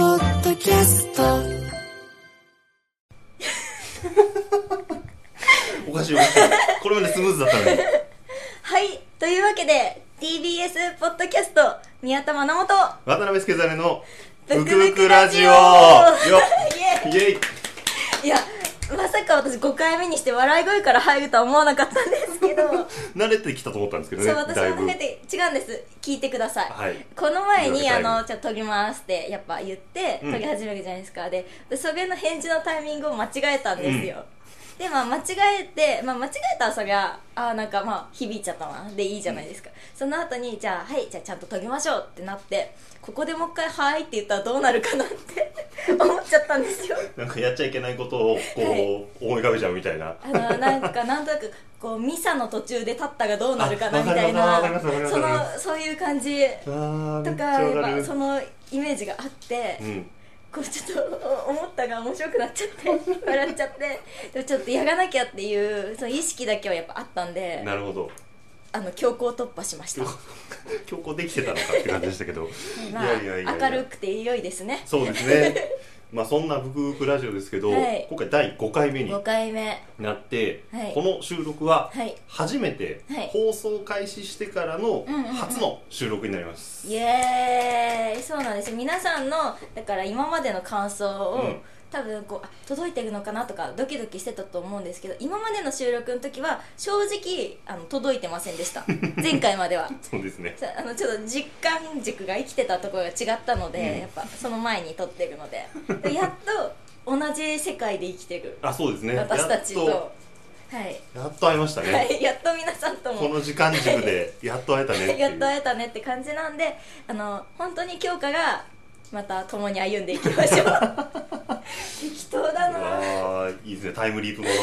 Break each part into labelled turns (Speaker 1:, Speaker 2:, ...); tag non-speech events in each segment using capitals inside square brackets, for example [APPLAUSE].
Speaker 1: キャスト
Speaker 2: おかしいおかしい。これまでスムーズだったのに。
Speaker 3: はい、というわけで TBS ポッドキャスト宮田真奈本
Speaker 2: 渡辺助れの、ブ
Speaker 3: ブ
Speaker 2: ク
Speaker 3: ク
Speaker 2: ブ
Speaker 3: ブ
Speaker 2: ク
Speaker 3: ク
Speaker 2: ラ
Speaker 3: ラ
Speaker 2: ジ
Speaker 3: ジ
Speaker 2: オ
Speaker 3: オ
Speaker 2: よっイェイ
Speaker 3: いやまさか私5回目にして笑い声から入るとは思わなかったんですけど
Speaker 2: 慣れてきたと思ったんですけど
Speaker 3: そ
Speaker 2: ね
Speaker 3: う、私
Speaker 2: だい
Speaker 3: は
Speaker 2: ぶ
Speaker 3: ね。て違うんです聞いてください、
Speaker 2: はい。
Speaker 3: この前
Speaker 2: いいわ
Speaker 3: に「あ
Speaker 2: けだよ
Speaker 3: のちょっと研ぎます」ってやっぱ言って
Speaker 2: うん
Speaker 3: 研ぎ始めるじゃないですか、ででそれの返事のタイミングを間違えたんですよ、でまあ間違えて、まあ、間違えたらそりゃあーなんかまあ響いちゃったなでいいじゃないですか、その後にじゃあはいじゃあちゃんと研ぎましょうってなってここでもう一回「はい」って言ったらどうなるかなって [LAUGHS] 思っちゃったんですよ
Speaker 2: なんかやっちゃいけないことを、こう、
Speaker 3: はい
Speaker 2: 思い浮かべちゃうみたいな。
Speaker 3: あのなんかなんとなくこうミサの途中で立ったがどうなるかな
Speaker 2: あ
Speaker 3: みたいな
Speaker 2: わかりますわかります
Speaker 3: そ
Speaker 2: わか
Speaker 3: の
Speaker 2: ります
Speaker 3: そういう感じ
Speaker 2: あー、め
Speaker 3: と
Speaker 2: っち
Speaker 3: か
Speaker 2: ゃわか
Speaker 3: やっ
Speaker 2: る
Speaker 3: ぱ。そのイメージがあって、
Speaker 2: うん。
Speaker 3: こうちょっと思ったが面白くなっちゃって
Speaker 2: [LAUGHS]
Speaker 3: 笑っちゃってでもちょっとやらなきゃっていうその意識だけはやっぱあったんで
Speaker 2: なるほど。
Speaker 3: あの強行突破し
Speaker 2: [LAUGHS]
Speaker 3: ました、
Speaker 2: 強行できてたのかって感じでしたけど。
Speaker 3: まあ、
Speaker 2: いやいやいやいや
Speaker 3: 明るくて良いですね
Speaker 2: そうですね。まあそんなブクブクラジオですけど、
Speaker 3: はい
Speaker 2: 今回第5回目に
Speaker 3: 5回目
Speaker 2: なって、
Speaker 3: はい
Speaker 2: この収録は
Speaker 3: はい
Speaker 2: 初めて
Speaker 3: はい
Speaker 2: 放送開始してからの
Speaker 3: うんうんうん
Speaker 2: 初の収録になります、
Speaker 3: イエーイそうなんですよ皆さんのだから今までの感想を、
Speaker 2: うん
Speaker 3: 多分こうあ届いてるのかなとかドキドキしてたと思うんですけど今までの収録の時は正直あの届いてませんでした
Speaker 2: [LAUGHS]
Speaker 3: 前回までは
Speaker 2: そうですね
Speaker 3: さあのちょっと実感軸が生きてたところが違ったので、
Speaker 2: うん
Speaker 3: やっぱその前に撮ってる
Speaker 2: [LAUGHS]
Speaker 3: のででやっと同じ世界で生きてる
Speaker 2: あそうですね
Speaker 3: 私たちと
Speaker 2: やっ
Speaker 3: はい、
Speaker 2: とやっと会いましたね、
Speaker 3: はい、やっと皆さんとも
Speaker 2: この時間軸でやっと会えたねっていう
Speaker 3: やっと会えたねって感じなんであの本当に今日からまた共に歩んでいきましょう
Speaker 2: [LAUGHS]
Speaker 3: 適当だな
Speaker 2: わあいいですねタイムリープもの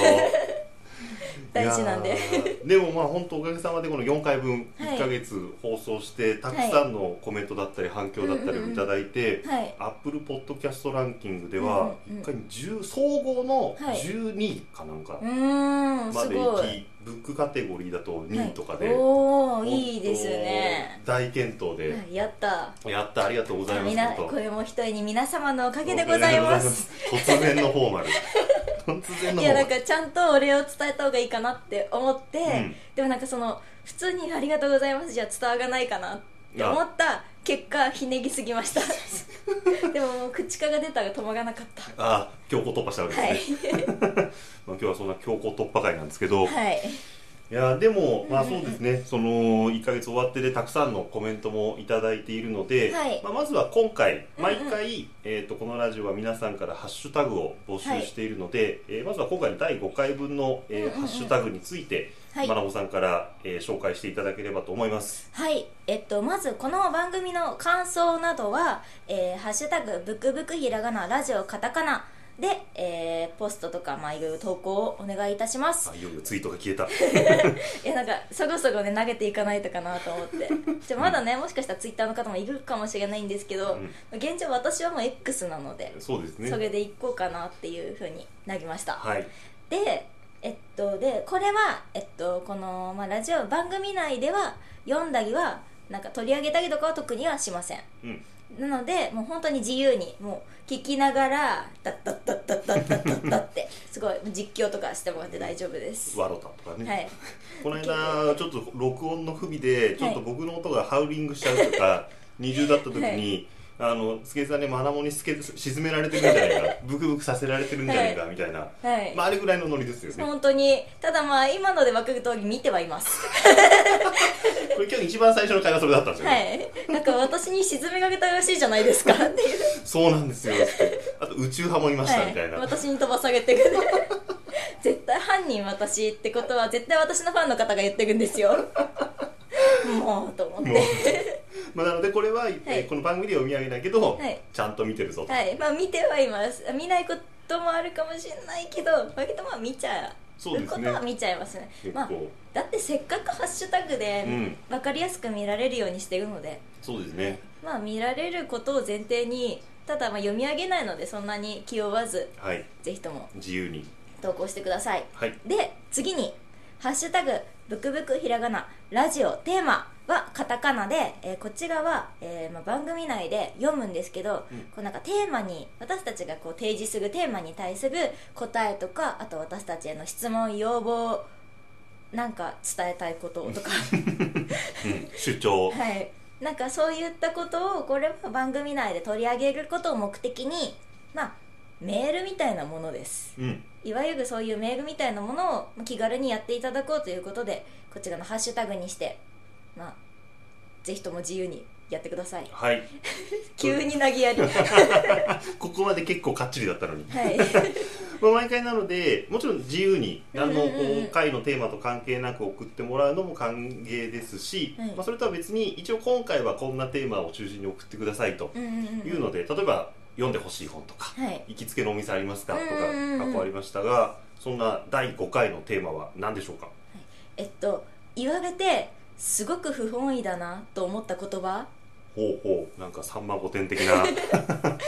Speaker 3: [LAUGHS] 大事なんで
Speaker 2: いやーでもまあ本当おかげさまでこの4回分
Speaker 3: はい
Speaker 2: 1ヶ月放送して、たくさんのコメントだったり反響だったりをいただいて、
Speaker 3: はい
Speaker 2: アップルポッドキャストランキングでは
Speaker 3: うんうんうん
Speaker 2: 1回に10総合の
Speaker 3: はい
Speaker 2: 12位かなんか
Speaker 3: うーん
Speaker 2: ますで行
Speaker 3: ご
Speaker 2: き、
Speaker 3: い
Speaker 2: ブックカテゴリーだと2位とかで、
Speaker 3: はい、おおいいですね
Speaker 2: 本当大健闘で、
Speaker 3: はいやった
Speaker 2: やったありがとうございます
Speaker 3: みな
Speaker 2: 本当
Speaker 3: これも一重に皆様のおかげでございます
Speaker 2: 突然のフォーマル突然のフォーマ
Speaker 3: いやな
Speaker 2: ル
Speaker 3: んかちゃんとお礼を伝えた方がいいかなって思って、
Speaker 2: うん
Speaker 3: でもなんかその普通に「ありがとうございます」じゃ伝わらないかなって思った結果ひねぎすぎました
Speaker 2: [LAUGHS]
Speaker 3: でももう口から出たが止まらなかった
Speaker 2: あ強行突破したわけですね、
Speaker 3: はい
Speaker 2: まあ、今日はそんな強行突破会なんですけど、い、
Speaker 3: はい
Speaker 2: やでもまあそうですね、その1ヶ月終わってでたくさんのコメントもいただいているので、
Speaker 3: はい
Speaker 2: まあ、まずは今回毎回、えー、とこのラジオは皆さんからハッシュタグを募集しているので、えーまずは今回の第5回分の、えー
Speaker 3: うんうんうん
Speaker 2: ハッシュタグについて、
Speaker 3: はい
Speaker 2: まなほさんから、えー紹介していただければと思います
Speaker 3: はい、えっと、まずこの番組の感想などは「えーハッシュタグぶくぶくひらがなラジオカタカナ」で、えーポストとか、まあ、いろいろ投稿をお願いいたします
Speaker 2: あいよいよツイートが消えた
Speaker 3: いやなんかそこそこね投げていかないとかなと思って
Speaker 2: [LAUGHS]
Speaker 3: じゃあまだねもしかしたらツイッターの方もいるかもしれないんですけど、現状私はもう X なので、
Speaker 2: そうですね
Speaker 3: それでいこうかなっていうふうになりました、
Speaker 2: はい
Speaker 3: でえっとでこれは、えっと、この、まあ、ラジオ番組内では読んだりはなんか取り上げたりとかは特にはしません
Speaker 2: うん
Speaker 3: なのでもう本当に自由にもう聞きながら「ダッダッダッダッダッダッダッダッ」ってすごい実況とかしてもらって大丈夫ですは
Speaker 2: ワロタとかね、
Speaker 3: い
Speaker 2: この間ちょっと録音の不備でちょっと僕の音がハウリングしちゃうとか、
Speaker 3: [LAUGHS]
Speaker 2: 二重だった時に、あの助さんにマナモにすけ沈められてるんじゃないかブクブクさせられてるんじゃないかみたいな、
Speaker 3: はい、
Speaker 2: まあ、あれぐらいのノリですよね
Speaker 3: [LAUGHS] 本当にただまあ今ので分かる通り見てはいます
Speaker 2: これ今日一番最初の会話それだったんですよ、
Speaker 3: は
Speaker 2: ね
Speaker 3: いなんか私に沈めかけたらしいじゃな
Speaker 2: [LAUGHS]
Speaker 3: いですかっていう
Speaker 2: そうなんですよってあと宇宙派もいましたみたいな、
Speaker 3: はい、私に飛ばされてくる [LAUGHS] 絶対犯人私ってことは絶対私のファンの方が言ってる
Speaker 2: [LAUGHS]
Speaker 3: んですよもうと思っ
Speaker 2: もう [LAUGHS]
Speaker 3: て
Speaker 2: まあなのでこれは、えーこの番組では読み上げだけど、
Speaker 3: はい
Speaker 2: ちゃんと見てるぞと、
Speaker 3: はいまあ見てはいます見ないこともあるかもしれないけど割とまあ見ちゃう
Speaker 2: そうですね
Speaker 3: ことは見ちゃいますね
Speaker 2: 結構、
Speaker 3: まあ、だってせっかくハッシュタグで
Speaker 2: うん
Speaker 3: 分かりやすく見られるようにしてるので、
Speaker 2: そうですね
Speaker 3: まあ見られることを前提にただまあ読み上げないのでそんなに気負わず
Speaker 2: はい
Speaker 3: ぜひとも
Speaker 2: 自由に
Speaker 3: [LAUGHS] 投稿してください
Speaker 2: はい
Speaker 3: で次に「ハッシュタグブクブクひらがなラジオテーマはカタカナで、えーこっち側は、えーまあ、番組内で読むんですけど、
Speaker 2: うん
Speaker 3: こうなんかテーマに私たちがこう提示するテーマに対する答えとかあと私たちへの質問要望なんか伝えたいこととか
Speaker 2: うん主張
Speaker 3: はい、なんかそういったことをこれも番組内で取り上げることを目的に、まあ、メールみたいなものです
Speaker 2: うん
Speaker 3: いわゆるそういうメールみたいなものをまあ気軽にやっていただこうということでこちらのハッシュタグにして、まあ、ぜひとも自由にやってください
Speaker 2: はい
Speaker 3: 急に投げやりはい
Speaker 2: ここまで結構かっちりだったのに、 [LAUGHS] まあ、毎回なのでもちろん自由にあの、
Speaker 3: うんうんうんうん
Speaker 2: こう回のテーマと関係なく送ってもらうのも歓迎ですし、
Speaker 3: はい
Speaker 2: まあ、それとは別に一応今回はこんなテーマを中心に送ってくださいと
Speaker 3: うんうんうん
Speaker 2: いうので、例えば読んでほしい本とか、
Speaker 3: はい
Speaker 2: 行きつけのお店ありますかとか
Speaker 3: うんうんう
Speaker 2: 過
Speaker 3: ん
Speaker 2: 去ありましたがそんな第5回のテーマは何でしょうか
Speaker 3: えっと言われてすごく不本意だなと思った言葉
Speaker 2: ほうほうなんかさんま御殿的
Speaker 3: [LAUGHS]
Speaker 2: な感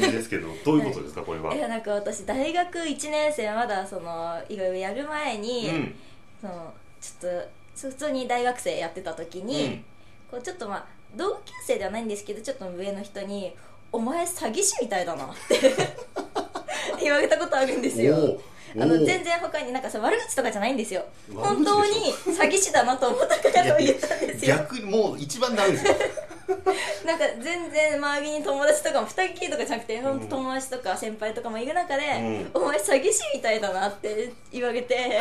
Speaker 2: じですけどどういうことですかこれは、
Speaker 3: いやなんか私大学1年生まだそのいろいろやる前に、
Speaker 2: うん
Speaker 3: そのちょっと普通に大学生やってた時に、
Speaker 2: うん
Speaker 3: こうちょっとまあ同級生ではないんですけどちょっと上の人に「お前詐欺師みたいだな」って [LAUGHS] 言われたことあるんですよ
Speaker 2: おう
Speaker 3: あの
Speaker 2: おう
Speaker 3: 全然他になんかさ悪口とかじゃないんですよ
Speaker 2: 悪口で
Speaker 3: 本
Speaker 2: しょ
Speaker 3: 当に詐欺師だなと思ったから言ったんですよ
Speaker 2: 逆にもう一番ダメですよ
Speaker 3: なんか全然周りに友達とかも2人きりとかじゃなくて本当友達とか先輩とかもいる中で「お前詐欺師みたいだな」って言われて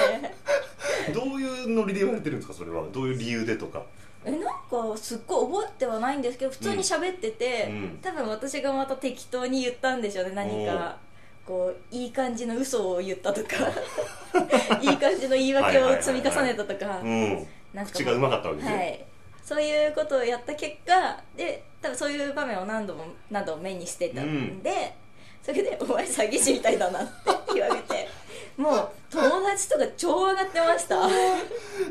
Speaker 2: どういうノリで言われてるんですかそれはどういう理由でとか
Speaker 3: えなんかすっごい覚えてはないんですけど普通に喋ってて、
Speaker 2: うん
Speaker 3: 多分私がまた適当に言ったんでしょうね何かこういい感じの嘘を言ったとか [LAUGHS] いい感じの言い訳を積み重ねたとか
Speaker 2: うん
Speaker 3: なんか
Speaker 2: 口がうまかったわけですね、
Speaker 3: はいそういうことをやった結果で多分そういう場面を何度も何度も目にしてたんで、それで「お前詐欺師みたいだな」って言われてもう友達とか超上がってました
Speaker 2: だか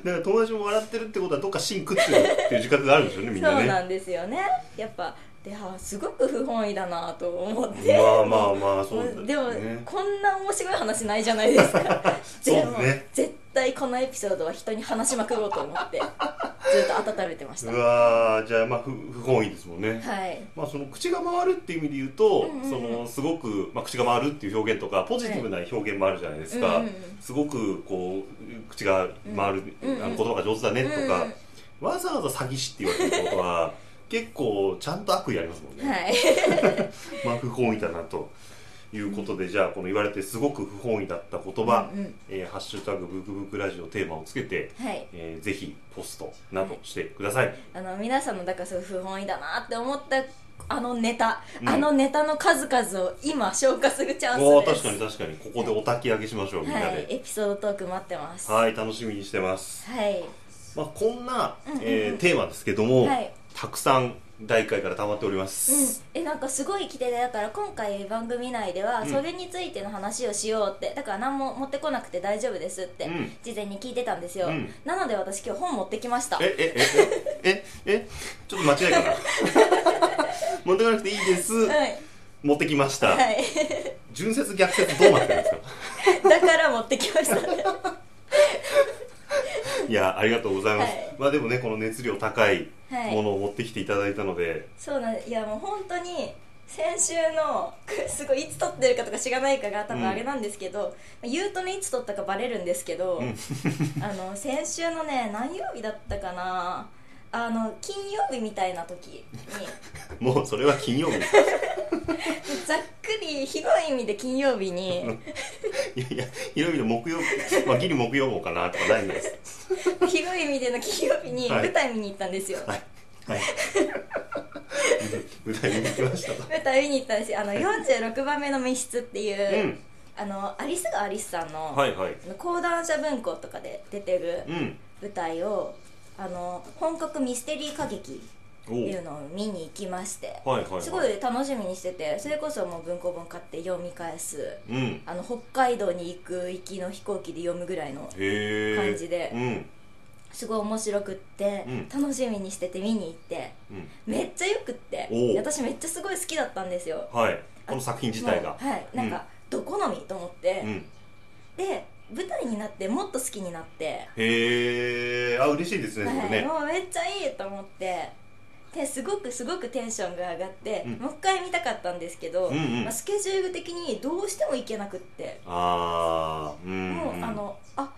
Speaker 2: ら友達も笑ってるってことはどっか芯食ってるっていう自覚があるんですよねみんなね
Speaker 3: そうなんですよねやっぱであすごく不本意だなと思って
Speaker 2: まあまあまあそうだ
Speaker 3: もうでも、
Speaker 2: ね
Speaker 3: こんな面白い話ないじゃないですか
Speaker 2: [LAUGHS] そうね
Speaker 3: でも絶対このエピソードは人に話しまくろうと思ってずっと温めてました
Speaker 2: うわーじゃあまあ不不本意ですもんね、
Speaker 3: はい
Speaker 2: まあ、その口が回るっていう意味で言うと、
Speaker 3: うんうんうん
Speaker 2: そのすごく、まあ、口が回るっていう表現とかポジティブな表現もあるじゃないですか、
Speaker 3: はいうんうんうん
Speaker 2: すごくこう口が回る、
Speaker 3: うんうんうん
Speaker 2: あの言葉が上手だねとか、
Speaker 3: うん
Speaker 2: わざわざ詐欺師って言われてることは [LAUGHS] 結構ちゃんと悪意ありますもんね、
Speaker 3: はい [LAUGHS]
Speaker 2: まあ不本意だなということで、じゃあこの言われてすごく不本意だった言葉「
Speaker 3: うんうん
Speaker 2: えーハッシュタグブクブクラジオ」テーマをつけて、
Speaker 3: はい
Speaker 2: えーぜひポストなどしてください、
Speaker 3: あの皆さんのだからそういう不本意だなって思ったあのネタ、
Speaker 2: うん
Speaker 3: あのネタの数々を今消化するチャンス
Speaker 2: おー
Speaker 3: です
Speaker 2: 確かに確かにここでお焚き上げしましょう、みんな
Speaker 3: は
Speaker 2: で。
Speaker 3: いエピソードトーク待ってます
Speaker 2: はい、楽しみにしてます。
Speaker 3: はい
Speaker 2: まあ、こんな、
Speaker 3: うんうんうん
Speaker 2: えーテーマですけども、
Speaker 3: はい
Speaker 2: たくさん第1回から溜まっておりま
Speaker 3: うん
Speaker 2: す。、
Speaker 3: えなんかすごい規定でだから今回番組内では
Speaker 2: うん
Speaker 3: それについての話をしようって、だから何も持ってこなくて大丈夫ですって
Speaker 2: うん
Speaker 3: 事前に聞いてたんですよ、
Speaker 2: うん
Speaker 3: なので私今日本持ってきました
Speaker 2: え、え、え、え、え、え、ちょっと間違いかな。
Speaker 3: [LAUGHS]
Speaker 2: 持ってかなくていいです。
Speaker 3: はい、
Speaker 2: 持ってきました。
Speaker 3: はい、 [LAUGHS]
Speaker 2: 順節逆節どうなってるんですか
Speaker 3: だから持ってきました [LAUGHS]
Speaker 2: いや、ありがとうございます。
Speaker 3: はい
Speaker 2: まあでもね、この熱量高い
Speaker 3: はい
Speaker 2: ものを持ってきていただいたので、
Speaker 3: そうなんいやもう本当に先週のすごいいつ撮ってるかとか知らないかが多分あれなんですけど、言うとねいつ撮ったかバレるんですけど、 [LAUGHS] あの先週のね何曜日だったかなあの金曜日みたいな時に
Speaker 2: もうそれは金曜日です。
Speaker 3: ざっくり広い意味で金曜日に
Speaker 2: [LAUGHS] いやいや、広い意味で木曜日、まあギリ木曜日かなとかないんです。
Speaker 3: 広い意味での金曜日に
Speaker 2: はい
Speaker 3: 舞台見に行ったんですよ、
Speaker 2: はい。
Speaker 3: [LAUGHS]
Speaker 2: はい。舞台見に来ましたと。
Speaker 3: 舞台見に行ったんですよあの46番目の密室っていう、
Speaker 2: うん
Speaker 3: あのアリスがアリスさんの、
Speaker 2: はいはい。
Speaker 3: あの講談社文庫とかで出てる、
Speaker 2: うん。
Speaker 3: 舞台をあの本格ミステリー歌劇
Speaker 2: お
Speaker 3: っていうのを見に行きまして、
Speaker 2: はいはいはい
Speaker 3: すごい楽しみにしててそれこそもう文庫本買って読み返す
Speaker 2: うん。
Speaker 3: あの北海道に行く行きの飛行機で読むぐらいの
Speaker 2: へえ。
Speaker 3: 感じで
Speaker 2: うん。
Speaker 3: すごい面白くって、
Speaker 2: うん
Speaker 3: 楽しみにしてて見に行って
Speaker 2: うん。
Speaker 3: めっちゃよくって
Speaker 2: おう
Speaker 3: 私めっちゃすごい好きだったんですよ
Speaker 2: はい。この作品自体が。
Speaker 3: もうはいなんか、ど好みと思って、
Speaker 2: うん。
Speaker 3: で舞台になってもっと好きになって、
Speaker 2: へえあ嬉しいですねそれ
Speaker 3: はい、
Speaker 2: ね、
Speaker 3: もうめっちゃいいと思ってですごくすごくテンションが上がって、
Speaker 2: うん
Speaker 3: もう一回見たかったんですけど、
Speaker 2: うんうん
Speaker 3: まあ、スケジュール的にどうしても行けなくって、
Speaker 2: ああうん
Speaker 3: もうあのあ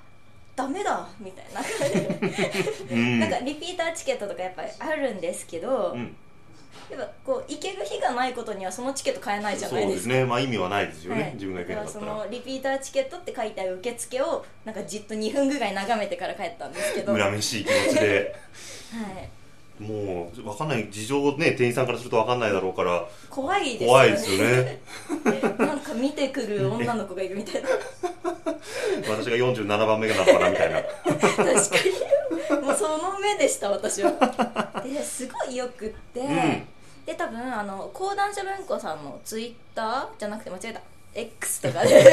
Speaker 3: ダメだみたいな感じで
Speaker 2: うん
Speaker 3: なんかリピーターチケットとかやっぱりあるんですけど、
Speaker 2: うん、
Speaker 3: やっぱこう行ける日がないことにはそのチケット買えないじゃ
Speaker 2: そう
Speaker 3: ないで
Speaker 2: ですす
Speaker 3: か
Speaker 2: ねまあ意味はないですよね、
Speaker 3: はい
Speaker 2: 自分が行けなかっ
Speaker 3: だ
Speaker 2: た
Speaker 3: からそ
Speaker 2: ら
Speaker 3: のリピーターチケットって書いてある受付をなんかじっと2分ぐらい眺めてから帰ったんですけど、はい、
Speaker 2: 恨めしい気持ちでもう分かんない事情ね店員さんからすると分かんないだろうから
Speaker 3: 怖いですよね [LAUGHS]
Speaker 2: 怖いですよね
Speaker 3: なんか見てくる女の子がいるみたいな
Speaker 2: [LAUGHS] 私が47番目なのかなみたいな
Speaker 3: 確かにもうその目でした
Speaker 2: [LAUGHS]
Speaker 3: 私はですごいよくって、
Speaker 2: うん
Speaker 3: で多分あの講談社文庫さんのツイッターじゃなくて間違えた X と
Speaker 2: [LAUGHS]
Speaker 3: かで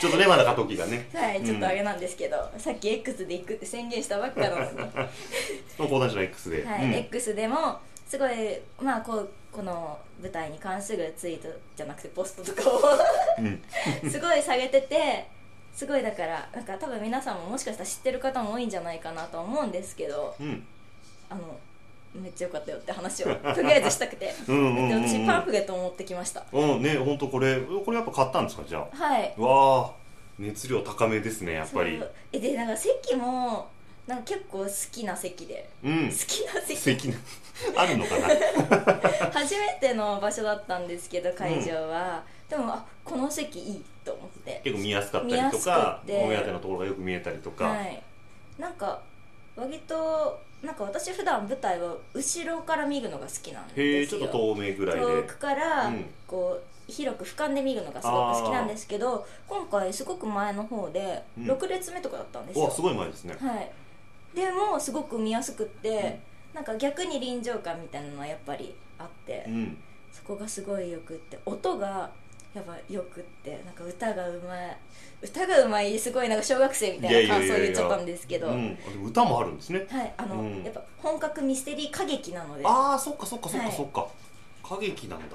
Speaker 2: ちょっとねまだ過渡期がね
Speaker 3: はいちょっとあれなんですけど、さっき X で行くって宣言したばっかなのに
Speaker 2: まあ講談社の X で、
Speaker 3: はい
Speaker 2: うん
Speaker 3: X でもすごい、まあ、こうこの舞台に関するツイートじゃなくてポストとかを [LAUGHS]
Speaker 2: うん
Speaker 3: すごい下げててすごいだからなんか多分皆さんももしかしたら知ってる方も多いんじゃないかなと思うんですけど
Speaker 2: うん
Speaker 3: あのめっちゃ良かったよって話をとりあえずしたくて
Speaker 2: うんうんうんうん
Speaker 3: で私パンフレットを持ってきました
Speaker 2: うんね本当これこれやっぱ買ったんですかじゃ
Speaker 3: はい
Speaker 2: あわあ熱量高めですねやっぱり
Speaker 3: そうえでなんか席もなんか結構好きな席で
Speaker 2: うん
Speaker 3: 好きな席
Speaker 2: 素敵な [LAUGHS] あるのかな
Speaker 3: 初めての場所だったんですけど会場は、でもあこの席いいと思って
Speaker 2: 結構見やすかったりとか
Speaker 3: 見やすくて
Speaker 2: お目当てのところがよく見えたりとか、
Speaker 3: はいなんか割となんか私普段舞台は後ろから見るのが好きなんですよ
Speaker 2: へえちょっと透明ぐらいで
Speaker 3: 遠くから
Speaker 2: うん
Speaker 3: こう広く俯瞰で見るのがすごく好きなんですけど今回すごく前の方で
Speaker 2: うん
Speaker 3: 6列目とかだったんです
Speaker 2: う
Speaker 3: よ、
Speaker 2: わすごい前ですね
Speaker 3: はいでもすごく見やすくって、なんか逆に臨場感みたいなのはやっぱりあって、
Speaker 2: うん
Speaker 3: そこがすごいよくって音がやっぱよくってなんか歌がうまい歌がうまいすごいなんか小学生みたいな感想言っちゃったんですけど
Speaker 2: うん、あでも歌もあるんですね
Speaker 3: はいあの、
Speaker 2: うん
Speaker 3: やっぱ本格ミステリー歌劇なのでは
Speaker 2: ああそっかそっかそっか
Speaker 3: はい
Speaker 2: そっか、歌劇なんだ
Speaker 3: い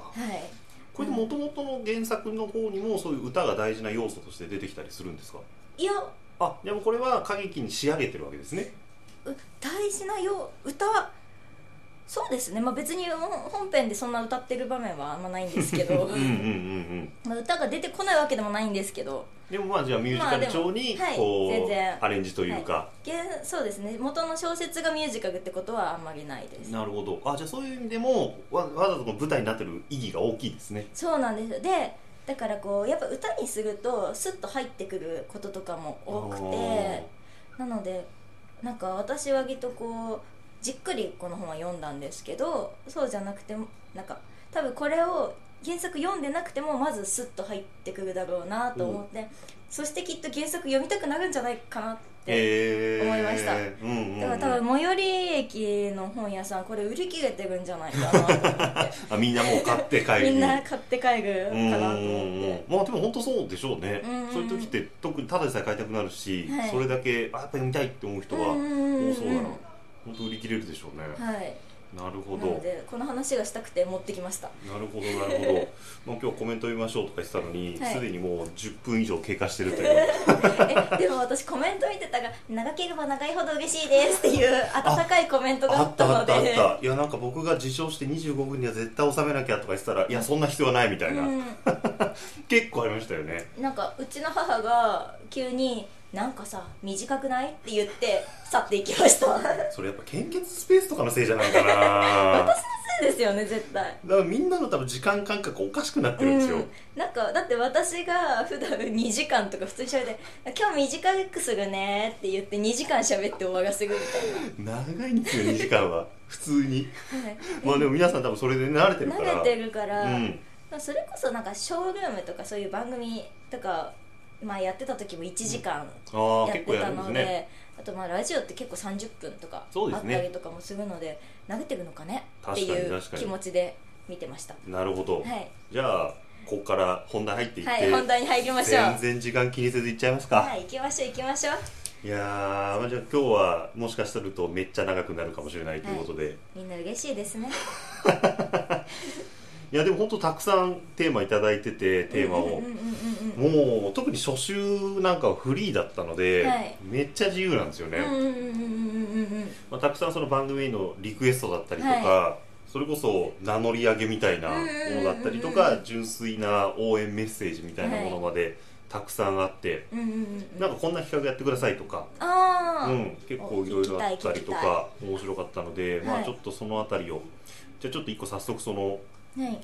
Speaker 2: これでもともとの原作の方にもそういう歌が大事な要素として出てきたりするんですか
Speaker 3: いや
Speaker 2: あでもこれは歌劇に仕上げてるわけですね
Speaker 3: う大事なよ歌はそうですね、まあ、別に本本編でそんな歌ってる場面はあんまないんですけど
Speaker 2: [LAUGHS] うんうんうんうん
Speaker 3: まあ歌が出てこないわけでもないんですけど
Speaker 2: でもまあじゃあミュージカル調に
Speaker 3: まあでもはい
Speaker 2: こう、
Speaker 3: 全然
Speaker 2: アレンジというか、
Speaker 3: 現そうですね元の小説がミュージカルってことはあんまりないです
Speaker 2: なるほどあじゃあそういう意味でもわわざとこの舞台になってる意義が大きいですね
Speaker 3: そうなんですでだからこうやっぱ歌にするとスッと入ってくることとかも多くてなのでなんか私は割とこうじっくりこの本は読んだんですけどそうじゃなくてもなんか多分これを原作読んでなくてもまずスッと入ってくるだろうなと思って、そしてきっと原作読みたくなるんじゃないかなって、
Speaker 2: て
Speaker 3: 思いました
Speaker 2: うんうんうん、
Speaker 3: だから多分最寄り駅の本屋さんこれ売り切れてるんじゃな
Speaker 2: [LAUGHS]
Speaker 3: いかなと思って
Speaker 2: あみんなもう買って帰り
Speaker 3: [LAUGHS] み
Speaker 2: に
Speaker 3: んな買って帰るかなと思って。
Speaker 2: うんまあでも本当そうでしょうね、
Speaker 3: うんうん
Speaker 2: そういう時って特にただでさえ買いたくなるし、
Speaker 3: はい
Speaker 2: それだけあやっぱり見たいって思う人は
Speaker 3: うんうんうんうん
Speaker 2: 多そうだな本当売り切れるでしょうね、
Speaker 3: はい、
Speaker 2: なるほ
Speaker 3: な
Speaker 2: ど
Speaker 3: のでこの話がしたくて持ってきました
Speaker 2: なるほどなる
Speaker 3: [LAUGHS]
Speaker 2: ほどまあ今日コメント読みましょうとか言ってたのにすで、
Speaker 3: はい
Speaker 2: にもう10分以上経過してると
Speaker 3: [LAUGHS]
Speaker 2: いう
Speaker 3: えでも私コメント見てたが長ければ長いほど嬉しいですっていう温かいコメントが
Speaker 2: あ
Speaker 3: あ
Speaker 2: っ
Speaker 3: ったた
Speaker 2: あ
Speaker 3: の
Speaker 2: ったあっ
Speaker 3: で
Speaker 2: たいやなんか僕が自称して25分には絶対収めなきゃとか言ってたらいやそんな必要はないみたいな、結構ありましたよね
Speaker 3: うん、なんかうちの母が急に「なんかさ短くない?」って言って去っていきました
Speaker 2: それやっぱ献血スペースとかのせいじゃないか
Speaker 3: [LAUGHS]
Speaker 2: なだか
Speaker 3: そうですよね絶対
Speaker 2: らみんなの多分時間感覚おかしくなってるんですよ、
Speaker 3: うん、なんかだって私が普段2時間とか普通にしゃべって「今日短くするね」って言って2時間喋って終わらせるみたい
Speaker 2: 長いんですよ2時間は普通に
Speaker 3: な、はい
Speaker 2: まあでも皆さん多分それで慣れてるから
Speaker 3: 慣れてるから、
Speaker 2: うん
Speaker 3: まあそれこそなんかショールームとかそういう番組とか、まあ、やってた時も1時間
Speaker 2: ああ
Speaker 3: やっ
Speaker 2: 結構
Speaker 3: て
Speaker 2: や
Speaker 3: た
Speaker 2: るんで
Speaker 3: の
Speaker 2: す
Speaker 3: で,、
Speaker 2: ね
Speaker 3: あとまあラジオって結構30分とか
Speaker 2: そうで
Speaker 3: あ
Speaker 2: す
Speaker 3: っ
Speaker 2: ね
Speaker 3: たりとかもするので慣れてるのかねっ
Speaker 2: 確
Speaker 3: て
Speaker 2: かに
Speaker 3: いう
Speaker 2: 確かに
Speaker 3: 気持ちで見てました
Speaker 2: なるほど、
Speaker 3: はい、
Speaker 2: じゃあここから本題入っていって、
Speaker 3: はい、本題に入りましょう
Speaker 2: 全然時間気にせずいっちゃいますか、
Speaker 3: はい行きましょう行きましょう
Speaker 2: いやー、まあ、じゃあ今日はもしかするとめっちゃ長くなるかもしれないということで、い、
Speaker 3: みんな嬉しいですね
Speaker 2: やでも本当たくさんテーマ頂いただいててテーマを、
Speaker 3: うんうんうんうんうん
Speaker 2: もう特に初週なんかはフリーだったので、
Speaker 3: はい
Speaker 2: めっちゃ自由なんですよね、
Speaker 3: うんうんうんうんうんうんうん
Speaker 2: まあ、たくさんその番組へのリクエストだったりとか、
Speaker 3: は
Speaker 2: それこそ名乗り上げみたいなものだったりと
Speaker 3: うんうんうん
Speaker 2: か純粋な応援メッセージみたいなものまでたくさんあって、
Speaker 3: うんうんうんう
Speaker 2: なん
Speaker 3: ん
Speaker 2: かこんな企画やってくださいとか、
Speaker 3: ああ、
Speaker 2: うん、結構いろいろあったりとか面白かったので、ま
Speaker 3: は
Speaker 2: あ、
Speaker 3: い
Speaker 2: ちょっとそのあたりをじゃあちょっと一個早速その
Speaker 3: はい、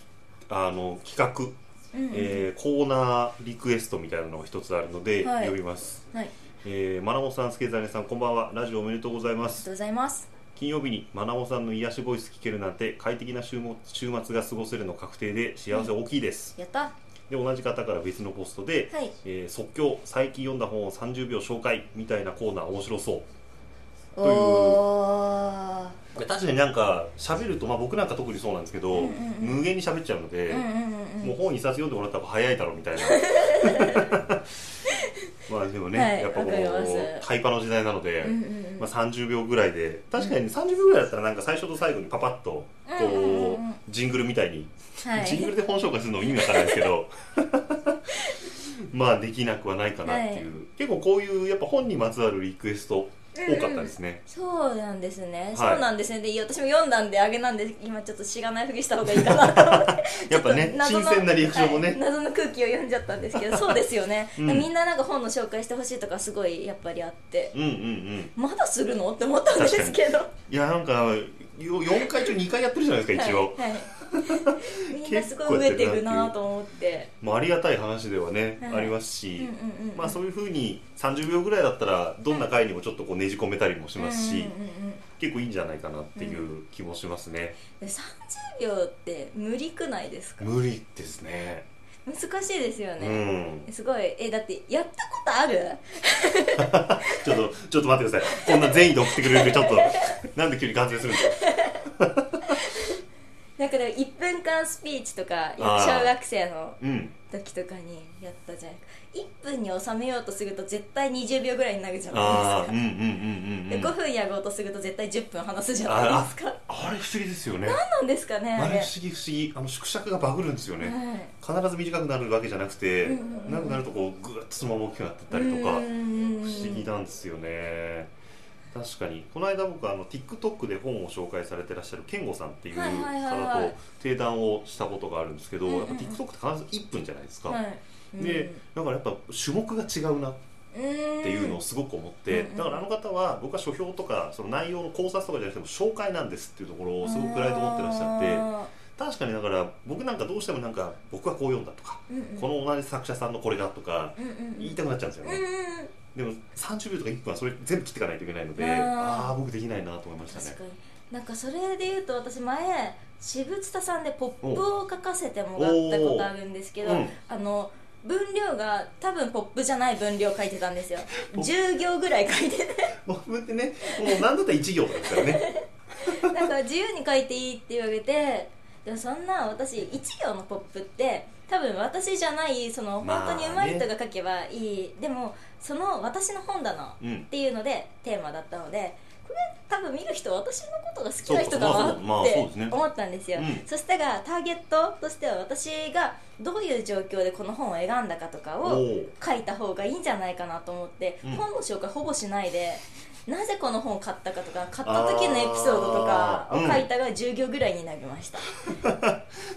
Speaker 2: あの企画、
Speaker 3: うんうん
Speaker 2: えーコーナーリクエストみたいなのが一つあるので、
Speaker 3: はい
Speaker 2: 呼びます、
Speaker 3: はい、あり
Speaker 2: えー、マナモさん、スケザネさんこんばんはラジオおめでとうございま
Speaker 3: が
Speaker 2: す
Speaker 3: とうございます
Speaker 2: 金曜日にマナモさんの癒しボイス聞けるなんて快適な週末週末が過ごせるの確定で幸せ大きいです、
Speaker 3: やった
Speaker 2: で同じ方から別のポストで、
Speaker 3: はい
Speaker 2: えー即興最近読んだ本を30秒紹介みたいなコーナー面白そう
Speaker 3: お
Speaker 2: いう
Speaker 3: お
Speaker 2: 確かになんか喋ると、まあ、僕なんか特にそうなんですけど、
Speaker 3: うんうんうん
Speaker 2: 無限に喋っちゃうので、
Speaker 3: ーうんうんうんう
Speaker 2: もうん本一冊読んでもらった方が早いだろうみた
Speaker 3: [LAUGHS]
Speaker 2: いなまあでもね、
Speaker 3: はい
Speaker 2: やっぱこ
Speaker 3: わかります
Speaker 2: のタイパの時代なので、
Speaker 3: うんうんうん
Speaker 2: まあ、30秒ぐらいで確かに30秒ぐらいだったらなんか最初と最後にパパッとこう、
Speaker 3: うんうんうんうん
Speaker 2: ジングルみたいに、
Speaker 3: は
Speaker 2: ジング
Speaker 3: い
Speaker 2: ルで本紹介するのも意味わからないですけど [LAUGHS] まあできなくはないかなっていう、結構こういうやっぱ本にまつわるリクエスト多かったですね、
Speaker 3: そうなんですね、
Speaker 2: い
Speaker 3: そうなんですねでいや私も読んだんであげなんで今ちょっと知らないふりした方がいいかなと
Speaker 2: [LAUGHS]
Speaker 3: 思って
Speaker 2: やっぱね
Speaker 3: ちょと謎
Speaker 2: 新
Speaker 3: の
Speaker 2: 鮮なリアクションもね、
Speaker 3: はい謎の空気を読んじゃったんですけどそうですよね、
Speaker 2: [LAUGHS] うん
Speaker 3: みんななんか本の紹介してほしいとかすごいやっぱりあって
Speaker 2: うんうんうん
Speaker 3: まだするのって思ったんですけど
Speaker 2: いやなんかよ4回中2回やってるじゃない [LAUGHS] ですか一応、
Speaker 3: はいはい、みんなすごい増えていくなと思って
Speaker 2: まあ、ありがたい話ではね、
Speaker 3: はい
Speaker 2: ありますし、
Speaker 3: うんうんうん
Speaker 2: まあ、そういうふうに30秒ぐらいだったらどんな回にもちょっとこうねじ込めたりもしますし、
Speaker 3: うんうんうんうん
Speaker 2: 結構いいんじゃないかなっていう気もしますね、
Speaker 3: で30秒って無理くないですか
Speaker 2: 無理ですね
Speaker 3: 難しいですよ
Speaker 2: う
Speaker 3: ね、
Speaker 2: ん
Speaker 3: すごいえだってやったことある
Speaker 2: ちょっとちょっと待ってくださいこんな善意で送ってくれるんでちょっとなんで急に完成するんですか
Speaker 3: なんかでも1分間スピーチとか
Speaker 2: あー
Speaker 3: 小学生の
Speaker 2: うん
Speaker 3: 時とかにやったじゃない1分に収めようとすると絶対20秒ぐらいになるじゃない
Speaker 2: ああ
Speaker 3: で
Speaker 2: う
Speaker 3: すか
Speaker 2: んうんうんう
Speaker 3: で
Speaker 2: んうん
Speaker 3: 5分やろうとすると絶対10分話すじゃないですか
Speaker 2: あれ不思議ですよね
Speaker 3: 何なんですかね
Speaker 2: あ
Speaker 3: あ
Speaker 2: れ
Speaker 3: れ
Speaker 2: 不思議不思議あの縮尺がバグるんですよね、
Speaker 3: はい
Speaker 2: 必ず短くなるわけじゃなくて、
Speaker 3: うんうんうん
Speaker 2: 長くなるとこうぐーっとそのまま大きくなってったりとか、
Speaker 3: うー
Speaker 2: 不
Speaker 3: ん
Speaker 2: 思議なんですよね確かにこの間僕あの TikTok で本を紹介されてらっしゃる健吾さんっていう
Speaker 3: はい
Speaker 2: 方
Speaker 3: はいはいはい
Speaker 2: と定談をしたことがあるんですけど、
Speaker 3: うんうんうん
Speaker 2: やっぱ TikTok って必ず1分じゃないですか、
Speaker 3: はいうん
Speaker 2: でだからやっぱ種目が違うなっ
Speaker 3: うーん
Speaker 2: ていうのをすごく思って、
Speaker 3: うんうん
Speaker 2: だからあの方は僕は書評とかその内容の考察とかじゃなくても紹介なんですっていうところをすごくプライド持ってらっしゃって
Speaker 3: あ
Speaker 2: 確かにだから僕なんかどうしてもなんか僕はこう読んだとか、
Speaker 3: ーうんうん
Speaker 2: この同じ作者さんのこれがとか
Speaker 3: うんうんうん
Speaker 2: 言いたくなっちゃうんですよね、
Speaker 3: うんうん
Speaker 2: でも30秒とか1分はそれ全部切っていかないといけないので
Speaker 3: あー
Speaker 2: ああ僕できないなと思いました
Speaker 3: 確
Speaker 2: ね
Speaker 3: かになんかそれで言うと私前渋田さんでポップを書かせてもらったことあるんですけど、
Speaker 2: おーうん
Speaker 3: あの分量が多分ポップじゃない分量書いてたんですよ
Speaker 2: ポ
Speaker 3: 10行ぐらい書いて [LAUGHS] て
Speaker 2: 僕ってねもう何だったら1行とかですから
Speaker 3: [LAUGHS]
Speaker 2: ね
Speaker 3: なんか自由に書いていいって言われてでもそんな私1行のポップって多分私じゃないその
Speaker 2: まあ
Speaker 3: 本
Speaker 2: ね
Speaker 3: 当に上手い人が書けばいい、でもその私の本棚
Speaker 2: うん
Speaker 3: っていうのでテーマだったのでこれ多分見る人私のことが好きな人
Speaker 2: そうか
Speaker 3: だ
Speaker 2: まあ
Speaker 3: なっ
Speaker 2: そうまあそうですね
Speaker 3: て思ったんですよ
Speaker 2: うん
Speaker 3: そしたらターゲットとしては私がどういう状況でこの本を選んだかとか
Speaker 2: お
Speaker 3: を
Speaker 2: ー
Speaker 3: 書いた方がいいんじゃないかなと思って、
Speaker 2: うん
Speaker 3: 本の紹介ほぼしないでなぜこの本を買ったかとか買った時のエピソードとかを書いたが10行ぐらいになりました、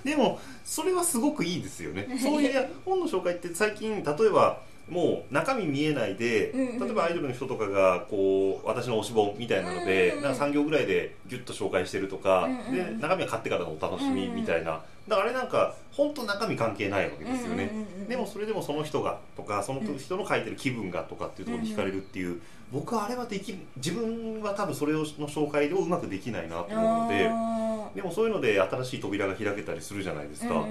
Speaker 2: でもそれはすごくいいですよねそういう本の紹介って最近例えばもう中身見えないで、
Speaker 3: うんうん
Speaker 2: 例えばアイドルの人とかがこう私の推し本みたいなので、
Speaker 3: うんうん
Speaker 2: なんか3行ぐらいでギュッと紹介してるとか、
Speaker 3: うんうん
Speaker 2: で中身は買ってからのお楽しみみたいな、だからあれなんか本当中身関係ないわけですよね、
Speaker 3: うんうんうんうん
Speaker 2: でもそれでもその人がとかその人の書いてる気分がとかっていうところに惹かれるっていう、僕はあれはできる自分は多分それをの紹介をうまくできないなと思うので。
Speaker 3: あ
Speaker 2: でもそういうので新しい扉が開けたりするじゃないです
Speaker 3: ー
Speaker 2: か,、だか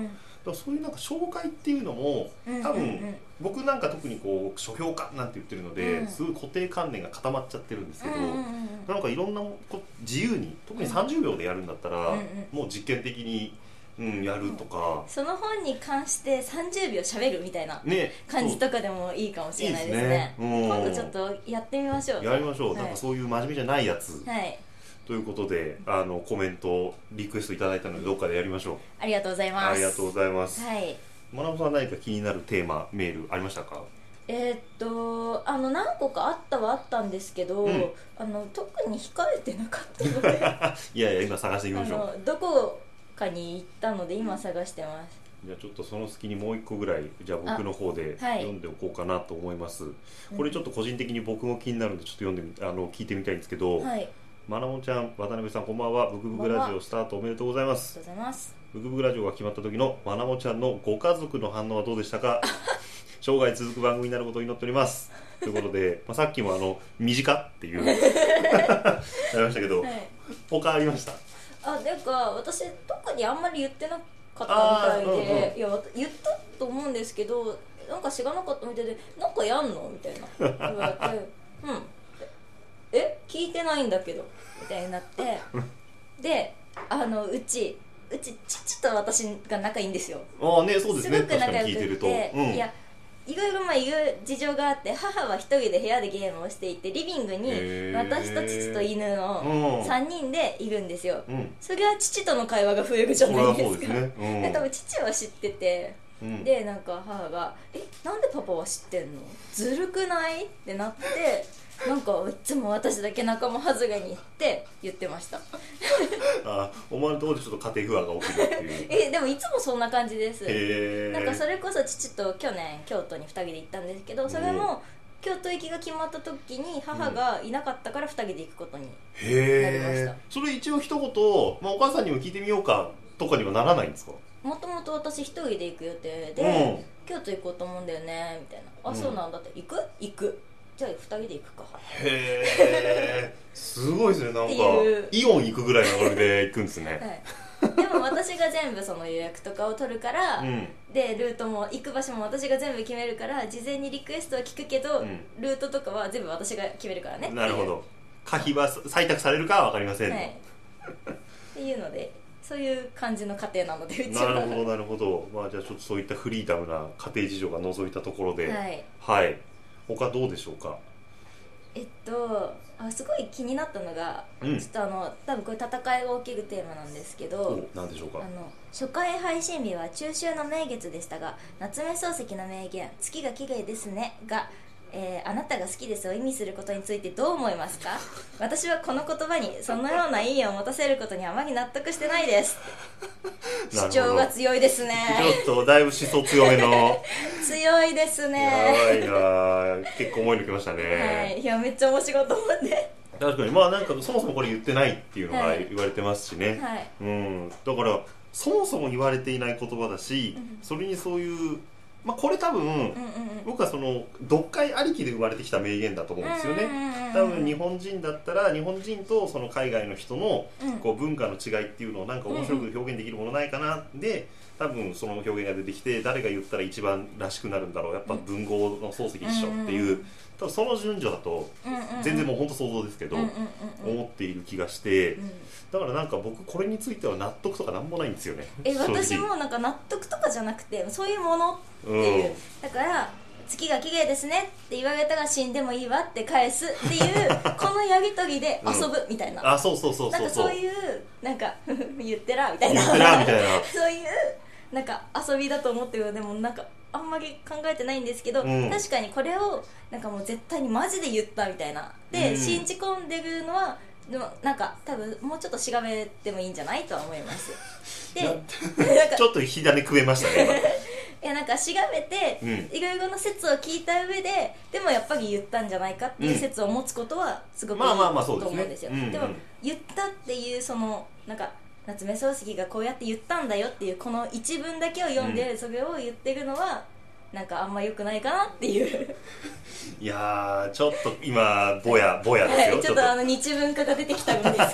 Speaker 2: らそういうなんか紹介っていうのも
Speaker 3: うん
Speaker 2: 多分、
Speaker 3: うんうん
Speaker 2: 僕なんか特にこう書評家なんて言ってるので、
Speaker 3: うん
Speaker 2: すごい固定観念が固まっちゃってるんですけど、
Speaker 3: うんうんうん
Speaker 2: なんかいろんなこ自由に特に30秒でやるんだったら、
Speaker 3: うん
Speaker 2: もう実験的に、うん、やるとか、
Speaker 3: その本に関して30秒喋るみたいな
Speaker 2: ね
Speaker 3: 感じ
Speaker 2: そう
Speaker 3: とかでもいいかもしれないです
Speaker 2: いいですね
Speaker 3: ね
Speaker 2: うん
Speaker 3: 今度ちょっとやってみましょう
Speaker 2: やりましょう、
Speaker 3: はい
Speaker 2: なんかそういう真面目じゃないやつ、
Speaker 3: はい
Speaker 2: ということであのコメントリクエストいただいたのでどっかでやりましょ
Speaker 3: ありがとうございうます
Speaker 2: ありがとうございます、
Speaker 3: はい
Speaker 2: まなぶさん何か気になるテーマメールありましたか
Speaker 3: えーっとあの何個かあったはあったんですけど、
Speaker 2: うん
Speaker 3: あの特に控えてなかったのであ
Speaker 2: いやいや今探していきましょう
Speaker 3: のどこかに行ったので今探してます
Speaker 2: じゃあちょっとその隙にもう一個ぐらいじゃあ僕の方で
Speaker 3: あはい
Speaker 2: 読んでおこうかなと思います、これちょっと個人的に僕も気になるんでちょっと読んでみあの聞いてみたいんですけど、
Speaker 3: はいありが
Speaker 2: まなもんちゃん渡辺さんこんばんはブクブクラジオスタートおめでとうございま
Speaker 3: と
Speaker 2: す
Speaker 3: うございます
Speaker 2: ブクブクラジオが決まった時のまなもちゃんのご家族の反応はどうでした
Speaker 3: [LAUGHS]
Speaker 2: か生涯続く番組になることを祈っておりますということで、まあ、さっきもあの「身近」って
Speaker 3: [LAUGHS]
Speaker 2: いうありましたけど、
Speaker 3: はい
Speaker 2: 他ありました
Speaker 3: あなんか私特にあんまり言ってなかったみた
Speaker 2: あー
Speaker 3: いで、
Speaker 2: うんうん
Speaker 3: いやわた言ったと思うんですけどなんか知らなかったみたいで「なんかやんの?」みたいな言われて「うん」え聞いてないんだけど」みたいになってであのうちうち父と私が仲いいんですよ
Speaker 2: ああねそうですね
Speaker 3: ごく
Speaker 2: 確か
Speaker 3: 仲
Speaker 2: に聞い
Speaker 3: 良
Speaker 2: て
Speaker 3: くっ
Speaker 2: ると、
Speaker 3: て、
Speaker 2: うん、
Speaker 3: いやいろいろまあいろいろ事情があって母は一人で部屋でゲームをしていてリビングに
Speaker 2: へー
Speaker 3: 私と父と犬
Speaker 2: う
Speaker 3: の
Speaker 2: ん
Speaker 3: 3人でいるんですよ、
Speaker 2: うん
Speaker 3: それは父との会話が増えるじゃ
Speaker 2: こ
Speaker 3: な
Speaker 2: れはい
Speaker 3: で
Speaker 2: そう
Speaker 3: す
Speaker 2: で
Speaker 3: か [LAUGHS]
Speaker 2: すね、うん
Speaker 3: で多分父は知ってて、
Speaker 2: うん
Speaker 3: でなんか母が「えなんでパパは知ってんのずるくない?」ってなってなんかいつも私だけ仲間外れに行って言ってました
Speaker 2: あお前のところでちょっと家庭不安が起きるっていう
Speaker 3: えでもいつもそんな感じです
Speaker 2: へえ
Speaker 3: なんかそれこそ父と去年京都に2人で行ったんですけどそれも京都行きが決まった時に母がいなかったから2人で行くことになりま
Speaker 2: へ
Speaker 3: し
Speaker 2: え
Speaker 3: た
Speaker 2: それ一応一言、まあ、お母さんにも聞いてみようかとかにはならないんですか
Speaker 3: もともと私一人で行く予定で、
Speaker 2: うん
Speaker 3: 京都行こうと思うんだよねみたいな「あ、
Speaker 2: うん
Speaker 3: そうなんだ」って「行く行く」じゃあ二人で行くか
Speaker 2: へえすごいですねなんか
Speaker 3: って
Speaker 2: イオン行くぐらいのノリで行くんですね
Speaker 3: はいでも私が全部その予約とかを取るから、
Speaker 2: うん
Speaker 3: でルートも行く場所も私が全部決めるから事前にリクエストは聞くけど、
Speaker 2: うん
Speaker 3: ルートとかは全部私が決めるからね
Speaker 2: なるほど可否は採択されるかは分かりませ
Speaker 3: っ
Speaker 2: ん
Speaker 3: てい
Speaker 2: と、
Speaker 3: うはいっていうのでそういう感じの家庭なのでうち
Speaker 2: な
Speaker 3: は
Speaker 2: るほどなるほどまあじゃあちょっとそういったフリーダムな家庭事情が覗いたところで
Speaker 3: は
Speaker 2: はい、
Speaker 3: い
Speaker 2: 他どうでしょうか
Speaker 3: えっとあすごい気になったのが、
Speaker 2: うん
Speaker 3: ちょっとあの多分これ戦いが起きるテーマなんですけど、
Speaker 2: お何でしょうか
Speaker 3: あの初回配信日は中秋の名月でしたが夏目漱石の名言「月が綺麗ですね」が、えーあなたが好きです」を意味することについてどう思いま
Speaker 2: [LAUGHS]
Speaker 3: すか私はこの言葉にそのような意味を持たせることにあまり納得してないです
Speaker 2: な
Speaker 3: 主
Speaker 2: るほど
Speaker 3: 張が強いですね
Speaker 2: ちょっとだいぶ思想強め
Speaker 3: [LAUGHS]
Speaker 2: の
Speaker 3: 強いです
Speaker 2: や
Speaker 3: ね
Speaker 2: ばいな結構重いのきましたね、
Speaker 3: はいいやめっちゃ面白いと思って
Speaker 2: 確かにまあなんかそもそもこれ言ってないっていうのが
Speaker 3: はい
Speaker 2: 言われてますしね、
Speaker 3: はい
Speaker 2: うんだからそもそも言われていない言葉だし、
Speaker 3: うん
Speaker 2: それにそういうまあこれ多分、
Speaker 3: うんうんうん
Speaker 2: 僕はその読解ありきで生まれてきた名言だと思うんですよね、
Speaker 3: うんうんうんうん
Speaker 2: 多分日本人だったら日本人とその海外の人の
Speaker 3: うん
Speaker 2: こう文化の違いっていうのをなんか面白く表現できるものないかなで多分その表現が出てきて誰が言ったら一番らしくなるんだろうやっぱ文豪の漱石一緒って
Speaker 3: うんう
Speaker 2: い
Speaker 3: んう
Speaker 2: う多分その順序だと
Speaker 3: うんうん
Speaker 2: 全然もう本当想像ですけど
Speaker 3: うんうんうんうん
Speaker 2: 思っている気がして
Speaker 3: うん
Speaker 2: だからなんか僕これについては納得とかなんもないんですよね
Speaker 3: え
Speaker 2: 正直
Speaker 3: 私もなんか納得とかじゃなくてそういうものっていう、
Speaker 2: うん
Speaker 3: だから月が綺麗ですねって言われたら死んでもいいわって返すっていうこのやり取りで遊ぶみたいな、
Speaker 2: あそうそうそう
Speaker 3: なん
Speaker 2: そうそう
Speaker 3: かそういうなんか [LAUGHS] 言ってらみたいな
Speaker 2: 言ってらみたい
Speaker 3: そういうなんか遊びだと思ってるのでもなんかあんまり考えてないんですけど、
Speaker 2: うん
Speaker 3: 確かにこれをなんかもう絶対にマジで言ったみたいなで、
Speaker 2: うん
Speaker 3: 信じ込んでるのはでもなんか多分もうちょっと調べてもいいんじゃないとは思いますで
Speaker 2: な
Speaker 3: [LAUGHS] なんん
Speaker 2: な
Speaker 3: か
Speaker 2: ちょっと火種くべましたね
Speaker 3: いやなんか調べて、
Speaker 2: う
Speaker 3: いろいろな説を聞いた上ででもやっぱり言ったんじゃないかっていう説を持つことはすごくいい
Speaker 2: まあ
Speaker 3: と
Speaker 2: まあまあ
Speaker 3: 思
Speaker 2: そううんで
Speaker 3: ですす
Speaker 2: ね
Speaker 3: よ
Speaker 2: うん
Speaker 3: でも
Speaker 2: うん
Speaker 3: 言ったっていうそのなんか夏目漱石がこうやって言ったんだよっていうこの一文だけを読んで、
Speaker 2: う
Speaker 3: それを言ってるのはなんかあんま良くないかなっていう
Speaker 2: 今いやーちょっと今ぼやぼやですよ
Speaker 3: ちょっとあの日文化が出てきた
Speaker 2: [LAUGHS]
Speaker 3: んですけど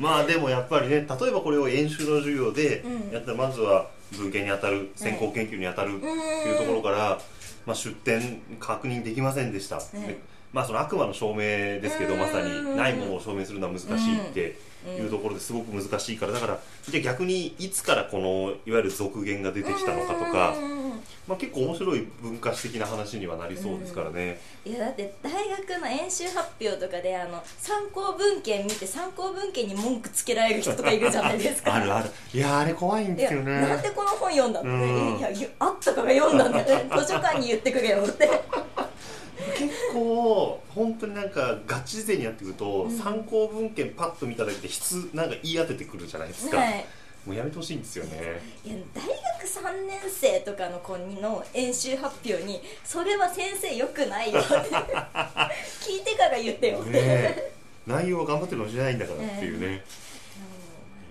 Speaker 2: まあでもやっぱりね例えばこれを演習の授業で
Speaker 3: うん
Speaker 2: やったらまずは文献に当たる先行研究に当たるっていうところから、まあ、出典確認できませんでした、でまあその悪魔の証明ですけど
Speaker 3: うん
Speaker 2: まさにないものを証明するのは難しいっていうところですごく難しいからだからじゃあ逆にいつからこのいわゆる続言が出てきたのかとか
Speaker 3: うんうんうんうん
Speaker 2: まあ結構面白い文化史的な話にはなりそうですからね
Speaker 3: いやだって大学の演習発表とかであの参考文献見て参考文献に文句つけられる人とかいるじゃないで
Speaker 2: [LAUGHS]
Speaker 3: すか
Speaker 2: あるあるいやーあれ怖いん
Speaker 3: い
Speaker 2: で
Speaker 3: や
Speaker 2: すよ
Speaker 3: なんで
Speaker 2: ね
Speaker 3: この本読んだの、
Speaker 2: うん
Speaker 3: いやいやあったから読んだんだよ
Speaker 2: [LAUGHS]
Speaker 3: ね図書館に言ってくれよって
Speaker 2: 結構本当になんかガチ勢になってくると
Speaker 3: ん
Speaker 2: 参考文献パッと見ただけで質なんか言い当ててくるじゃないですか
Speaker 3: はい
Speaker 2: もうやめてほしいんですよね
Speaker 3: いや大学3年生とかの子の演習発表に「それは先生よくないよ」って
Speaker 2: [LAUGHS]
Speaker 3: 聞いてから言ってよって、
Speaker 2: ねえ内容は頑張ってるかもしれないんだからっていうね、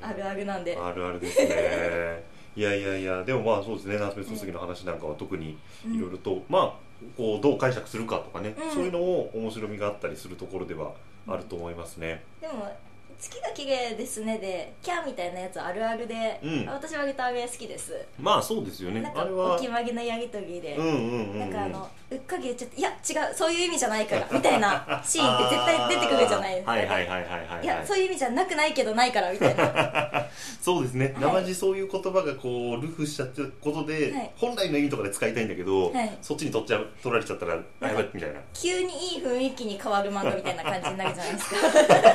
Speaker 3: あるあるなんで
Speaker 2: あるあるですねいやいやいやでもまあそうですね夏目漱石の話なんかは特にいろいろと、まあこうどう解釈するかとかね、
Speaker 3: うん
Speaker 2: そういうのも面白みがあったりするところではあると思いますね、
Speaker 3: でも「月が綺麗ですね」で「キャー」みたいなやつあるあるで、
Speaker 2: うん
Speaker 3: あ私はターゲ好きです
Speaker 2: まあそうですよね
Speaker 3: なん
Speaker 2: あ
Speaker 3: か
Speaker 2: れは
Speaker 3: お決まりのやりとりで、
Speaker 2: うんうんうん、う
Speaker 3: なん
Speaker 2: ん、
Speaker 3: かあのうっかり言っちゃって「いや違うそういう意味じゃないから」みたいなシーンって絶対出てくるじゃないですか、
Speaker 2: あーはいはいはいはいはい
Speaker 3: いやそうういう意味じゃなくないけどないからみたいな
Speaker 2: そうですね、
Speaker 3: い
Speaker 2: なまじそういう言葉がこうルフしちゃってることで、
Speaker 3: はい
Speaker 2: 本来の意味とかで使いたいんだけど、
Speaker 3: はい
Speaker 2: そっちに取っちゃう取られちゃったらあやばいみたい
Speaker 3: [LAUGHS]
Speaker 2: な
Speaker 3: 急にいい雰囲気に変わる漫画みたいな感じになる
Speaker 2: [LAUGHS]
Speaker 3: じゃないです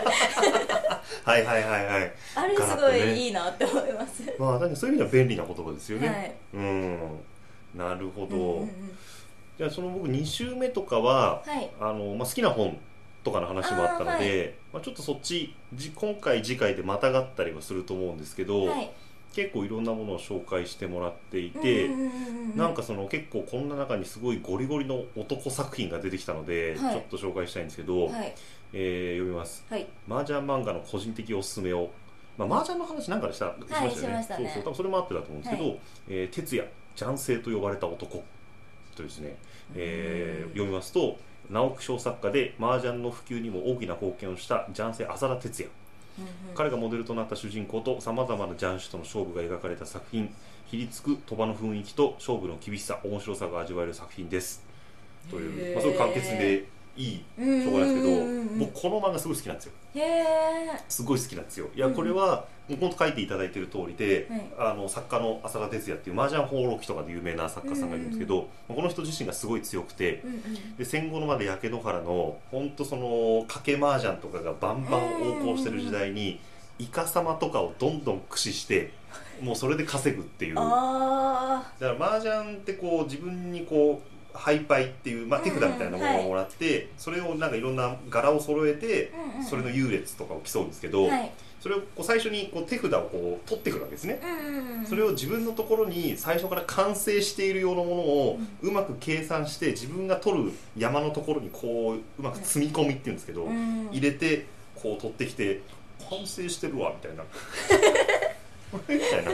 Speaker 3: か
Speaker 2: はいはいはいはい
Speaker 3: あれすごいいいなって思います、
Speaker 2: まあ、なんかそういう意味では便利な言葉ですよね。
Speaker 3: はい
Speaker 2: うん、なるほど。
Speaker 3: うんうんうん
Speaker 2: じゃあその僕2週目とかは、
Speaker 3: はい
Speaker 2: あのまあ、好きな本とかの話もあったので
Speaker 3: あー
Speaker 2: まあ、ちょっとそっちじ今回次回でまたがったりはすると思うんですけど、
Speaker 3: はい
Speaker 2: 結構いろんなものを紹介してもらってい
Speaker 3: うん
Speaker 2: て。
Speaker 3: うんうんうん
Speaker 2: なんかその結構こんな中にすごいゴリゴリの男作品が出てきたので、
Speaker 3: はい
Speaker 2: ちょっと紹介したいんですけど、
Speaker 3: はい
Speaker 2: えー読みます
Speaker 3: はい
Speaker 2: 麻雀漫画の個人的おすすめを、まあ、麻雀の話なんかでした、しましたよ
Speaker 3: しましたね
Speaker 2: そうそう多分それもあってだと思うんですけど「
Speaker 3: は
Speaker 2: えー徹夜雀聖と呼ばれた男」というですね、えー
Speaker 3: うん
Speaker 2: 読みますと直木賞作家で麻雀の普及にも大きな貢献をした雀聖浅田哲也
Speaker 3: うんうん
Speaker 2: 彼がモデルとなった主人公とさまざまな雀種との勝負が描かれた作品ひりつく鳥羽の雰囲気と勝負の厳しさ面白さが味わえる作品ですとい
Speaker 3: へ
Speaker 2: う、
Speaker 3: ー
Speaker 2: まあ、すごい簡潔でいい紹介なんですけ
Speaker 3: うんうんうんう
Speaker 2: ど
Speaker 3: ん
Speaker 2: 僕この漫画すごい好きなんですよ
Speaker 3: へえ
Speaker 2: すごい好きなんですよいや
Speaker 3: うん
Speaker 2: これはもう本当書いていただいてる通りで、
Speaker 3: は
Speaker 2: あの作家の浅田哲也っていう麻雀放浪記とかで有名な作家さんがいるんですけど、まあこの人自身がすごい強くて
Speaker 3: うんうん
Speaker 2: で戦後のまで焼け野原の本当その賭け麻雀とかがバンバン横行してる時代に、イカ様とかをどんどん駆使してもうそれで稼ぐっていう
Speaker 3: あ
Speaker 2: だから麻雀ってこう自分にこうハイパイっていう、まあ、手札みたいなものをもらって、それをなんかいろんな柄を揃えて、
Speaker 3: うんうん
Speaker 2: それの優劣とかを競うんですけ
Speaker 3: あ
Speaker 2: ど、
Speaker 3: はい
Speaker 2: それをこう最初にこう手札をこう取ってくるわけですね、
Speaker 3: うんうんうん
Speaker 2: それを自分のところに最初から完成しているようなものをうまく計算して自分が取る山のところにこううまく積み込みっていうんですけど、
Speaker 3: うん
Speaker 2: 入れてこう取ってきて完成してるわみたいな [LAUGHS] みたいな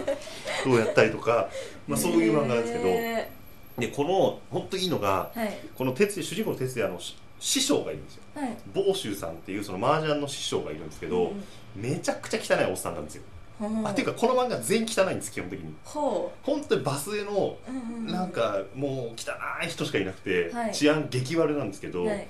Speaker 2: どうやったりとか、まあ、そういう漫画なんですけど、
Speaker 3: へ
Speaker 2: でこの本当いいのが
Speaker 3: ーはい
Speaker 2: この哲也主人公の哲也のし師匠がいるんですよ
Speaker 3: はい
Speaker 2: 房州さんっていうその麻雀の師匠がいるんですけど、めちゃくちゃ汚いおっさんなんですよ、
Speaker 3: うんうん
Speaker 2: あっていうかこの漫画全員汚いんです基本的に
Speaker 3: ほ
Speaker 2: 本当にバスへの
Speaker 3: う、うんうん、
Speaker 2: なんかもう汚い人しかいなくて、
Speaker 3: はい
Speaker 2: 治安激悪なんですけど、
Speaker 3: はい、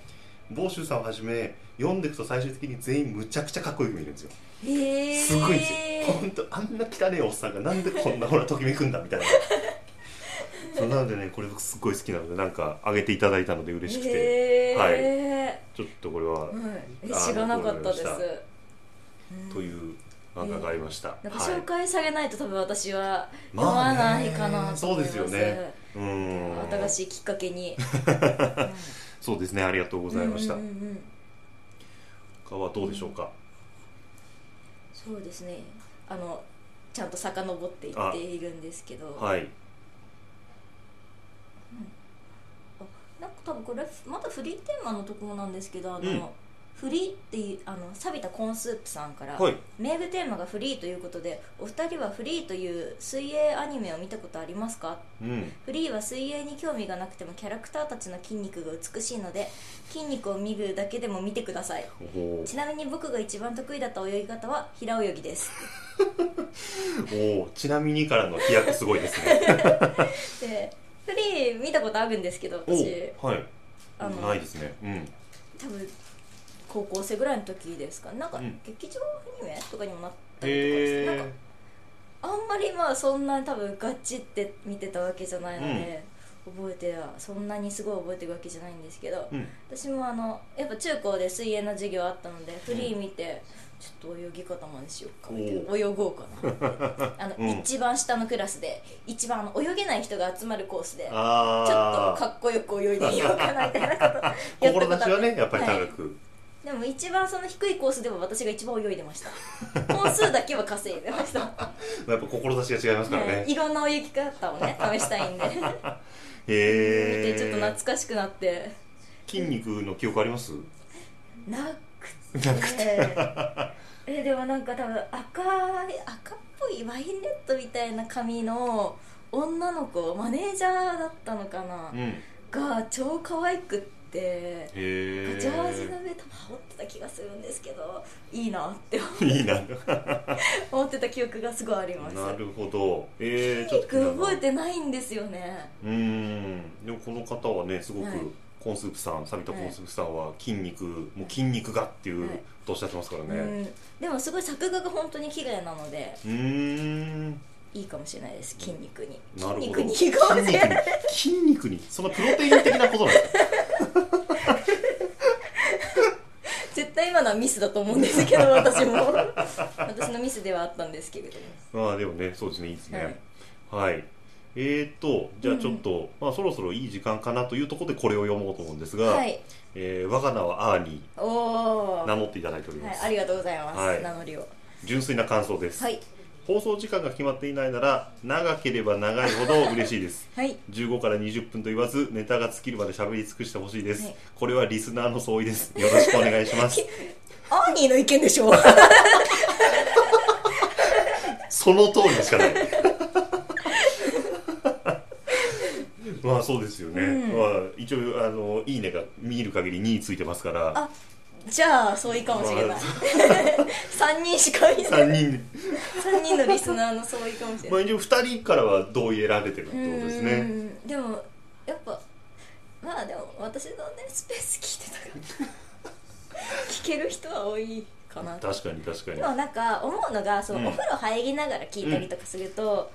Speaker 2: 房州さんをはじめ読んでいくと最終的に全員むちゃくちゃかっこよく見えるんですよ
Speaker 3: へえ
Speaker 2: すごいんですよ本当あんな汚いおっさんがなんでこんなほらときめくんだみ
Speaker 3: [LAUGHS]
Speaker 2: たいなそうなのでねこれ僕すっごい好きなのでなんかあげていただいたので嬉しくてはい
Speaker 3: へ
Speaker 2: ちょっとこれは
Speaker 3: ー、はい
Speaker 2: あ
Speaker 3: え
Speaker 2: の
Speaker 3: 知らなかったです
Speaker 2: これで
Speaker 3: うん
Speaker 2: という漫画がありました、
Speaker 3: なんか
Speaker 2: はい
Speaker 3: 紹介されないと多分私は読
Speaker 2: まあ
Speaker 3: ま
Speaker 2: ね
Speaker 3: ないかなと思います、
Speaker 2: そうですよねうん
Speaker 3: 新しいきっかけ
Speaker 2: [LAUGHS]
Speaker 3: に
Speaker 2: そうですねありがとうご
Speaker 3: ご
Speaker 2: ざいました、
Speaker 3: うんうんうんうん、
Speaker 2: 他はどうでしょうか、
Speaker 3: そうですねあのちゃんと遡っていっているんですけど、
Speaker 2: はい
Speaker 3: なんか多分これまたフリーテーマのところなんですけどあの、
Speaker 2: うん
Speaker 3: フリーっていうあの錆びたコーンスープさんから、
Speaker 2: はい
Speaker 3: メールテーマがフリーということでお二人はフリーという水泳アニメを見たことありますか
Speaker 2: うん
Speaker 3: フリーは水泳に興味がなくてもキャラクターたちの筋肉が美しいので筋肉を見るだけでも見てください
Speaker 2: お
Speaker 3: ち
Speaker 2: ー
Speaker 3: なみに僕が一番得意だった泳ぎ方は平泳ぎです
Speaker 2: おーちなみにからの飛躍すごいですね
Speaker 3: でフリー見たことあるんですけど
Speaker 2: お
Speaker 3: [LAUGHS] 私
Speaker 2: ーはい
Speaker 3: あの
Speaker 2: ないですねうん
Speaker 3: 多分高校生ぐらいの時ですかねなんか
Speaker 2: うん
Speaker 3: 劇場アニメとかにもなったりとかして、
Speaker 2: へ
Speaker 3: なんかあんまりまあそんな多分ガチって見てたわけじゃないので、覚えてはそんなにすごい覚えてるわけじゃないんですけど、
Speaker 2: えうん
Speaker 3: 私もあのやっぱ中高で水泳の授業あったのでフリー見て、ちょっと泳ぎ方真似しようかみたいな泳ごうかなってあの、
Speaker 2: うん
Speaker 3: 一番下のクラスで一番あの泳げない人が集まるコースでちょっと
Speaker 2: あ
Speaker 3: かっこよく泳いでみようかなみたいなことやっ
Speaker 2: あ
Speaker 3: たことあって
Speaker 2: 志はねやっぱり
Speaker 3: は
Speaker 2: 高
Speaker 3: い
Speaker 2: く、
Speaker 3: でも一番その低いコースでも私が一番泳いでました
Speaker 2: [LAUGHS]
Speaker 3: 本数だけは稼いでました、
Speaker 2: まあやっぱ志が違いますからね、
Speaker 3: はいいろんな泳ぎ方を
Speaker 2: [LAUGHS]
Speaker 3: ね試したいんで
Speaker 2: へ
Speaker 3: 見
Speaker 2: え
Speaker 3: てちょっと懐かしくなって
Speaker 2: 筋肉の記憶あります
Speaker 3: なくてえでもなんか多分赤い赤っぽいワインレッドみたいな髪の女の子マネージャーだったのかな
Speaker 2: うんへ
Speaker 3: が超可愛くってジャ
Speaker 2: え
Speaker 3: ージの上多分羽織ってた気がするんですけどいいなって
Speaker 2: いいな
Speaker 3: 思ってた記憶がすごいあります
Speaker 2: なるほどええちょっ
Speaker 3: よ
Speaker 2: と
Speaker 3: く覚えてないんですよね
Speaker 2: うーんでもこの方はねすごく、
Speaker 3: はい
Speaker 2: コンスープさんサビタコンスープさんは筋肉、もう筋肉がっていう
Speaker 3: はい
Speaker 2: ことおっしゃってますから
Speaker 3: う
Speaker 2: ね、
Speaker 3: んでもすごい作画が本当に綺麗なので
Speaker 2: うーん
Speaker 3: いいかもしれないです筋肉に
Speaker 2: なるほど
Speaker 3: 筋肉にいいかもしれない
Speaker 2: 筋肉に筋肉にそんなプロテイン的なことなんですか
Speaker 3: 絶対今のはミスだと思うんで
Speaker 2: [LAUGHS]
Speaker 3: すけど私も私のミスではあったんですけれど
Speaker 2: [LAUGHS]
Speaker 3: も
Speaker 2: まあでもねそうですねいいですねはい、えーとじゃあちょっと、まあ、そろそろいい時間かなというところでこれを読もうと思 [LAUGHS] うんですが「
Speaker 3: はい
Speaker 2: えー我が名はアーニ
Speaker 3: おお
Speaker 2: ー」
Speaker 3: は
Speaker 2: 名
Speaker 3: い
Speaker 2: 乗っていただいております、
Speaker 3: ありがとうございます、
Speaker 2: はい
Speaker 3: 名乗りを
Speaker 2: 純粋な感想です、
Speaker 3: はい
Speaker 2: 放送時間が決まっていないなら長ければ長いほど嬉しいです
Speaker 3: はい
Speaker 2: 15から20分と言わずネタが尽きるまで喋り尽くしてほしいです、
Speaker 3: はい
Speaker 2: これはリスナーの相違ですよろしくお願いします
Speaker 3: [LAUGHS] アーニーの意見で
Speaker 2: [LAUGHS]
Speaker 3: しょ
Speaker 2: その通りしかない
Speaker 3: [LAUGHS]
Speaker 2: まあそうですよね、
Speaker 3: うん
Speaker 2: まあ、一応あの「いいね」が見る限り2位ついてますから
Speaker 3: あじゃあそういいかもしれ
Speaker 2: ま
Speaker 3: な [LAUGHS] い
Speaker 2: あ
Speaker 3: 3人しか見ない
Speaker 2: 3人
Speaker 3: 3人のリスナーの相違かもしれ
Speaker 2: ま
Speaker 3: な
Speaker 2: あ一
Speaker 3: い
Speaker 2: 応2人からは同意得られてるっ
Speaker 3: う
Speaker 2: てことですね
Speaker 3: んでもやっぱまあでも私のねスペース聞いてたから
Speaker 2: [LAUGHS]
Speaker 3: 聞ける人は多いかな
Speaker 2: 確かに確かに
Speaker 3: でもなんか思うのがその、
Speaker 2: うん
Speaker 3: お風呂入りながら聞いたりとかすると、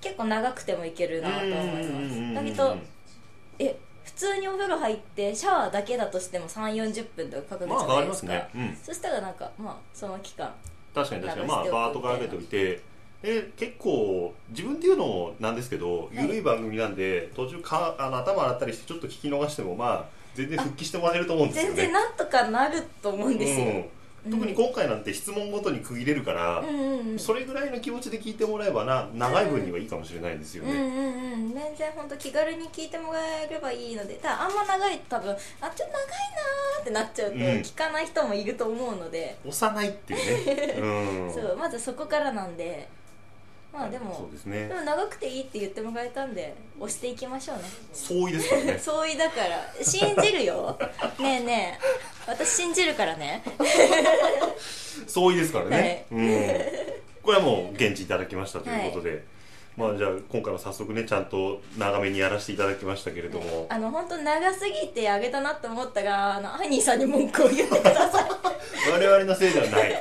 Speaker 3: 結構長くてもいけるなと思います、
Speaker 2: うんうんうんうん
Speaker 3: だけどえ普通にお風呂入ってシャワーだけだとしても3 4 0分とかかかる
Speaker 2: まあ
Speaker 3: じゃ
Speaker 2: 変わり
Speaker 3: ないで
Speaker 2: ますす
Speaker 3: か、
Speaker 2: ね、うん、
Speaker 3: そしたらなんかまあその期間
Speaker 2: 確かに確かにまあ
Speaker 3: 流しておく
Speaker 2: バーとか上げておいてえ結構自分で言うのもなんですけど
Speaker 3: い
Speaker 2: 緩い番組なんで途中かあの頭洗ったりしてちょっと聞き逃してもまあ全然復帰してもらえると思うんですよ
Speaker 3: 全
Speaker 2: ね
Speaker 3: 然なんとかなると思うんですよ、
Speaker 2: うん、特に今回なんて質問ごとに区切れるから
Speaker 3: う、んうんうん
Speaker 2: それぐらいの気持ちで聞いてもらえばな長い分にはいいかもしれないですよ
Speaker 3: うんう
Speaker 2: ね、
Speaker 3: んうん、全然本当気軽に聞いてもらえればいいのでただあんま長いと多分あちょっと長いなーってなっちゃうと
Speaker 2: うん
Speaker 3: 聞かない人もいると思うので、
Speaker 2: 幼いっていうね、
Speaker 3: [LAUGHS]
Speaker 2: うん、
Speaker 3: そうまずそこからなんでまあで
Speaker 2: そ
Speaker 3: も
Speaker 2: うですね
Speaker 3: でも長くていいって言ってもらえたんで押していきましょうね
Speaker 2: 相違ですからね
Speaker 3: 相違だから信じ
Speaker 2: [LAUGHS]
Speaker 3: るよねえねえ私信じるからね
Speaker 2: 相違ですからね、うん、これはもう現地いただきましたということで、まあじゃあ今回は早速ねちゃんと長めにやらせていただきましたけれども、
Speaker 3: あの本当長すぎてあげたなと思ったがあのアニーさんに文句を言ってくだ
Speaker 2: [LAUGHS]
Speaker 3: さい
Speaker 2: 我々のせいではない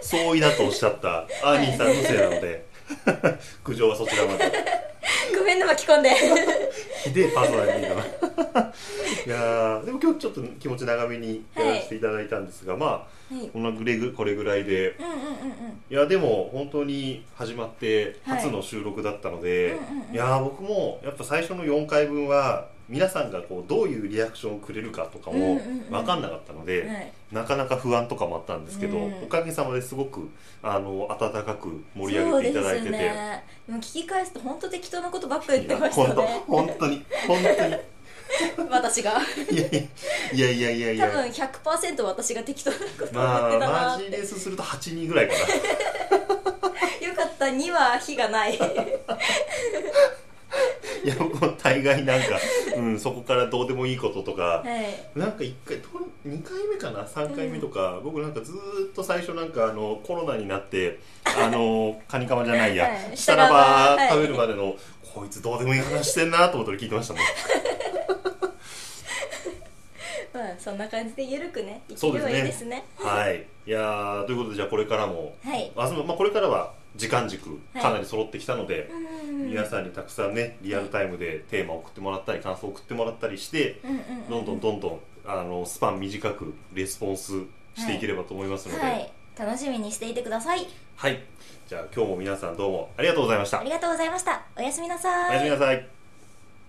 Speaker 2: 相違だとおっしゃったアーニーさんのせいなので [LAUGHS] 苦情はそちらまで
Speaker 3: ごめんね巻き込んで
Speaker 2: ひでえパーソナリティだないやーでも今日ちょっと気持ち長めにやらせていただいたんですが、まあ
Speaker 3: はい
Speaker 2: こんなぐれぐこれぐらいで
Speaker 3: うんうんうんうん
Speaker 2: いやでも本当に始まって初の収録だったので、
Speaker 3: はいうんうんうん
Speaker 2: いやー僕もやっぱ最初の4回分は皆さんがこうどういうリアクションをくれるかとか
Speaker 3: うん
Speaker 2: も
Speaker 3: うんうん
Speaker 2: 分かんなかったので、
Speaker 3: はい
Speaker 2: なかなか不安とかもあったんですけど、
Speaker 3: うん
Speaker 2: おかげさまですごくあの温かく盛り上げていただいて
Speaker 3: そう
Speaker 2: て、
Speaker 3: ですねでも聞き返すと本当適当なことばっか言ってまし
Speaker 2: 本
Speaker 3: た
Speaker 2: 当
Speaker 3: ね
Speaker 2: 本当に本当に
Speaker 3: 私が
Speaker 2: いやいやいやいやい
Speaker 3: 多
Speaker 2: や
Speaker 3: 分100%私が適当なこと言ってた
Speaker 2: まあ
Speaker 3: な
Speaker 2: マ
Speaker 3: って
Speaker 2: ジレスすると8人ぐらいか
Speaker 3: [LAUGHS]
Speaker 2: な
Speaker 3: よかったには火がない
Speaker 2: いやもう大概なんか、うん、そこからどうでもいいこととか、
Speaker 3: はい
Speaker 2: なんか1回と2回目かな3回目とか、僕なんかずーっと最初なんかあのコロナになってあのカニカマじゃないや、
Speaker 3: はい
Speaker 2: したらば
Speaker 3: はい
Speaker 2: 食べるまでの、こいつどうでもいい話してんなと思って聞いてましたもん
Speaker 3: うん、そんな感じでゆるくね、いければいいですね。
Speaker 2: はいいやーということでじゃあこれからも、
Speaker 3: はい
Speaker 2: あそのまあ、これからは時間軸
Speaker 3: はい
Speaker 2: かなり揃ってきたので、
Speaker 3: うん
Speaker 2: 皆さんにたくさんねリアルタイムでテーマを送ってもらったり感想を送ってもらったりして、
Speaker 3: うんうんうん
Speaker 2: どんどんどんどんあのスパン短くレスポンスしていければと思いますので、
Speaker 3: はい、楽しみにしていてください。
Speaker 2: はい、じゃあ今日も皆さんどうもありがとうございました
Speaker 3: ありがとうございました。おやすみなさ
Speaker 2: おやすみなさい